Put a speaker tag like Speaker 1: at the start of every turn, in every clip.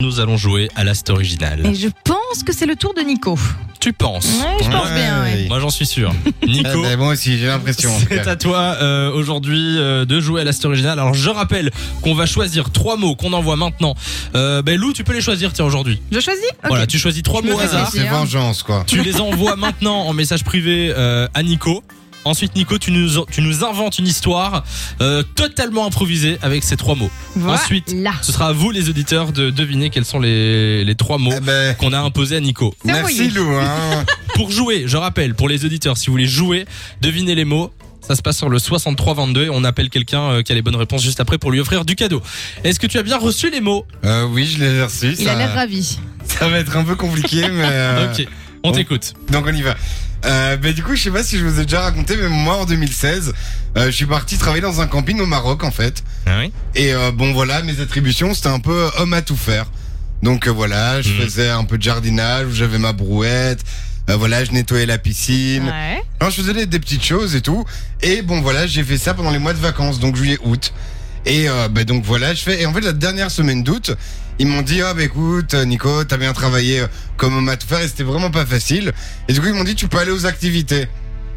Speaker 1: Nous allons jouer à l'ast original.
Speaker 2: Et je pense que c'est le tour de Nico.
Speaker 1: Tu penses
Speaker 2: Ouais, je pense
Speaker 3: Ouais,
Speaker 2: bien. ouais.
Speaker 3: ouais.
Speaker 1: Moi j'en suis sûr. Nico,
Speaker 3: Eh ben, moi aussi, j'ai l'impression. en tout
Speaker 1: c'est
Speaker 3: cas.
Speaker 1: à toi euh, aujourd'hui euh, de jouer à l'ast original. Alors je rappelle qu'on va choisir trois mots qu'on envoie maintenant. Euh, ben Lou, tu peux les choisir tiens aujourd'hui.
Speaker 2: Je choisis Ok.
Speaker 1: Voilà, tu choisis trois
Speaker 2: Je me
Speaker 1: mots au
Speaker 2: fais
Speaker 1: hasard.
Speaker 2: plaisir.
Speaker 3: C'est vengeance, quoi.
Speaker 1: Tu les envoies maintenant en message privé euh, à Nico. Ensuite Nico, tu nous tu nous inventes une histoire euh, totalement improvisée avec ces trois mots.
Speaker 2: Voilà.
Speaker 1: Ensuite, ce sera à vous les auditeurs de deviner quels sont les les trois mots
Speaker 3: Eh ben,
Speaker 1: qu'on a imposés à Nico.
Speaker 2: C'est envoyé.
Speaker 3: merci Lou. Hein.
Speaker 1: Pour jouer, je rappelle, pour les auditeurs, si vous voulez jouer, devinez les mots. Ça se passe sur le 6322 et on appelle quelqu'un euh, qui a les bonnes réponses juste après pour lui offrir du cadeau. Est-ce que tu as bien reçu les mots
Speaker 3: Euh, oui, je l'ai reçu.
Speaker 2: Il a l'air
Speaker 3: Ça,
Speaker 2: ravi.
Speaker 3: ça va être un peu compliqué, mais. euh,
Speaker 1: Ok, on
Speaker 3: bon.
Speaker 1: t'écoute.
Speaker 3: Donc on y va. Euh, ben, du coup, je sais pas si je vous ai déjà raconté, mais moi en 2016, euh, je suis parti travailler dans un camping au Maroc en fait. Et euh, bon voilà, mes attributions, c'était un peu euh, homme à tout faire. Donc euh, voilà, je
Speaker 1: Mhm.
Speaker 3: faisais un peu de jardinage, j'avais ma brouette, euh, voilà, je nettoyais la piscine.
Speaker 2: Ouais.
Speaker 3: Alors, Hein, je faisais des, des petites choses et tout. Et bon, voilà, j'ai fait ça pendant les mois de vacances, donc juillet, août. Et euh, bah, donc voilà, je fais. Et en fait, la dernière semaine d'août, ils m'ont dit Ah, bah écoute, euh, Nico, t'as bien travaillé euh, comme on m'a tout faire et c'était vraiment pas facile. Et du coup, ils m'ont dit Tu peux aller aux activités.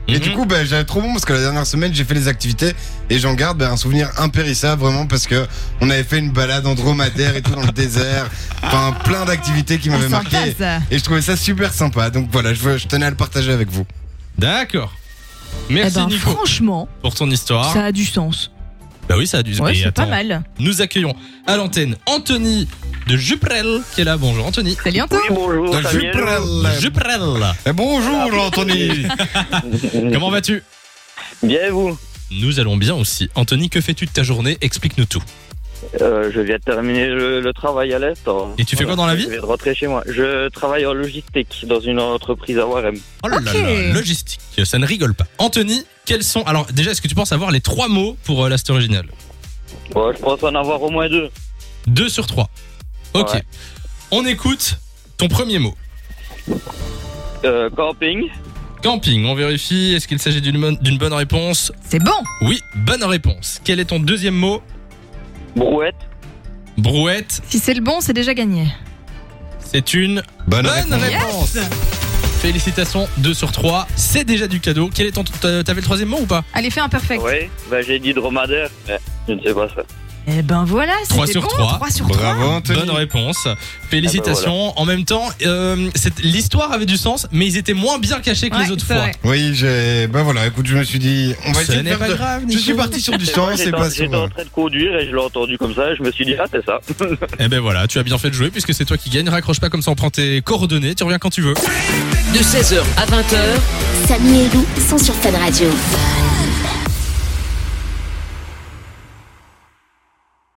Speaker 3: Et
Speaker 1: Mhm.
Speaker 3: du coup, bah, j'avais trop bon parce que la dernière semaine, j'ai fait les activités et j'en garde bah, un souvenir impérissable vraiment parce que on avait fait une balade en dromadaire et tout dans le désert. Enfin, plein d'activités qui
Speaker 2: Ah,
Speaker 3: m'avaient
Speaker 2: sympa,
Speaker 3: marqué.
Speaker 2: ça.
Speaker 3: Et je trouvais ça super sympa. Donc voilà, je, veux- je tenais à le partager avec vous.
Speaker 1: D'accord.
Speaker 2: Eh
Speaker 1: Merci
Speaker 2: ben,
Speaker 1: Nico Ah.
Speaker 2: franchement,
Speaker 1: pour ton histoire.
Speaker 2: ça a du sens.
Speaker 1: Bah oui, ça a dû se
Speaker 2: Ouais,
Speaker 1: payer.
Speaker 2: c'est pas mal.
Speaker 1: Nous accueillons à l'antenne Anthony de Juprel qui est là. Bonjour Anthony.
Speaker 2: Salut Anto.
Speaker 4: Oui, bonjour,
Speaker 3: Donc,
Speaker 4: Samuel.
Speaker 3: Juprel.
Speaker 1: Juprel.
Speaker 3: Eh, bonjour Anthony
Speaker 1: Comment vas-tu
Speaker 4: Bien, vous
Speaker 1: Nous allons bien aussi. Anthony, que fais-tu de ta journée Explique-nous tout.
Speaker 4: Euh, Je viens de terminer le, le travail à l'Est. hein.
Speaker 1: Et tu fais quoi dans la vie
Speaker 4: Je viens de rentrer chez moi. Je travaille en logistique dans une entreprise à Warem.
Speaker 1: Oh là là
Speaker 2: Ok.
Speaker 1: là, logistique, ça ne rigole pas. Anthony, quels sont. Alors, déjà, est-ce que tu penses avoir les trois mots pour euh, l'ast original
Speaker 4: Bon, je pense en avoir au moins deux.
Speaker 1: Deux sur trois. Ok.
Speaker 4: Ouais.
Speaker 1: On écoute ton premier mot.
Speaker 4: Euh, camping,
Speaker 1: Camping, on vérifie, est-ce qu'il s'agit d'une bonne- d'une bonne réponse
Speaker 2: C'est bon.
Speaker 1: Oui, bonne réponse. Quel est ton deuxième mot
Speaker 4: brouette,
Speaker 1: Brouette,
Speaker 2: Si c'est le bon, c'est déjà gagné.
Speaker 1: c'est une
Speaker 3: Bonne,
Speaker 1: bonne
Speaker 3: réponse.
Speaker 1: réponse. Félicitations, 2 sur 3, c'est déjà du cadeau. Quel est ton t'a- t'avais le troisième mot ou pas
Speaker 2: Allez, fais un perfect.
Speaker 4: ouais. Ben, j'ai dit dromadaire. mais je ne sais pas ça.
Speaker 2: Eh ben voilà, c'était
Speaker 1: Trois sur
Speaker 2: bon.
Speaker 1: trois.
Speaker 2: 3 sur 3.
Speaker 3: Bravo Anthony
Speaker 1: Bonne réponse. Félicitations.
Speaker 3: Ah bah
Speaker 1: En même temps, euh, cette- l'histoire avait du sens, mais ils étaient moins bien cachés que les autres fois.
Speaker 3: Oui j'ai... Ben voilà écoute je me suis dit On va
Speaker 1: Ce
Speaker 3: essayer de
Speaker 1: n'est
Speaker 3: faire
Speaker 1: pas
Speaker 3: de-
Speaker 1: grave,
Speaker 3: Je
Speaker 1: Nico.
Speaker 3: suis parti sur du temps
Speaker 4: J'étais
Speaker 3: C'est
Speaker 4: en-
Speaker 3: pas sur
Speaker 4: j'étais en train de conduire et je l'ai entendu comme ça. et Je me suis dit, ah, c'est ça.
Speaker 1: Eh ben voilà, tu as bien fait de jouer puisque c'est toi qui gagne. Raccroche pas comme ça, on prend tes coordonnées, tu reviens quand tu veux.
Speaker 5: de 16h à 20h.
Speaker 6: Samy et Lou sont sur Fun Radio.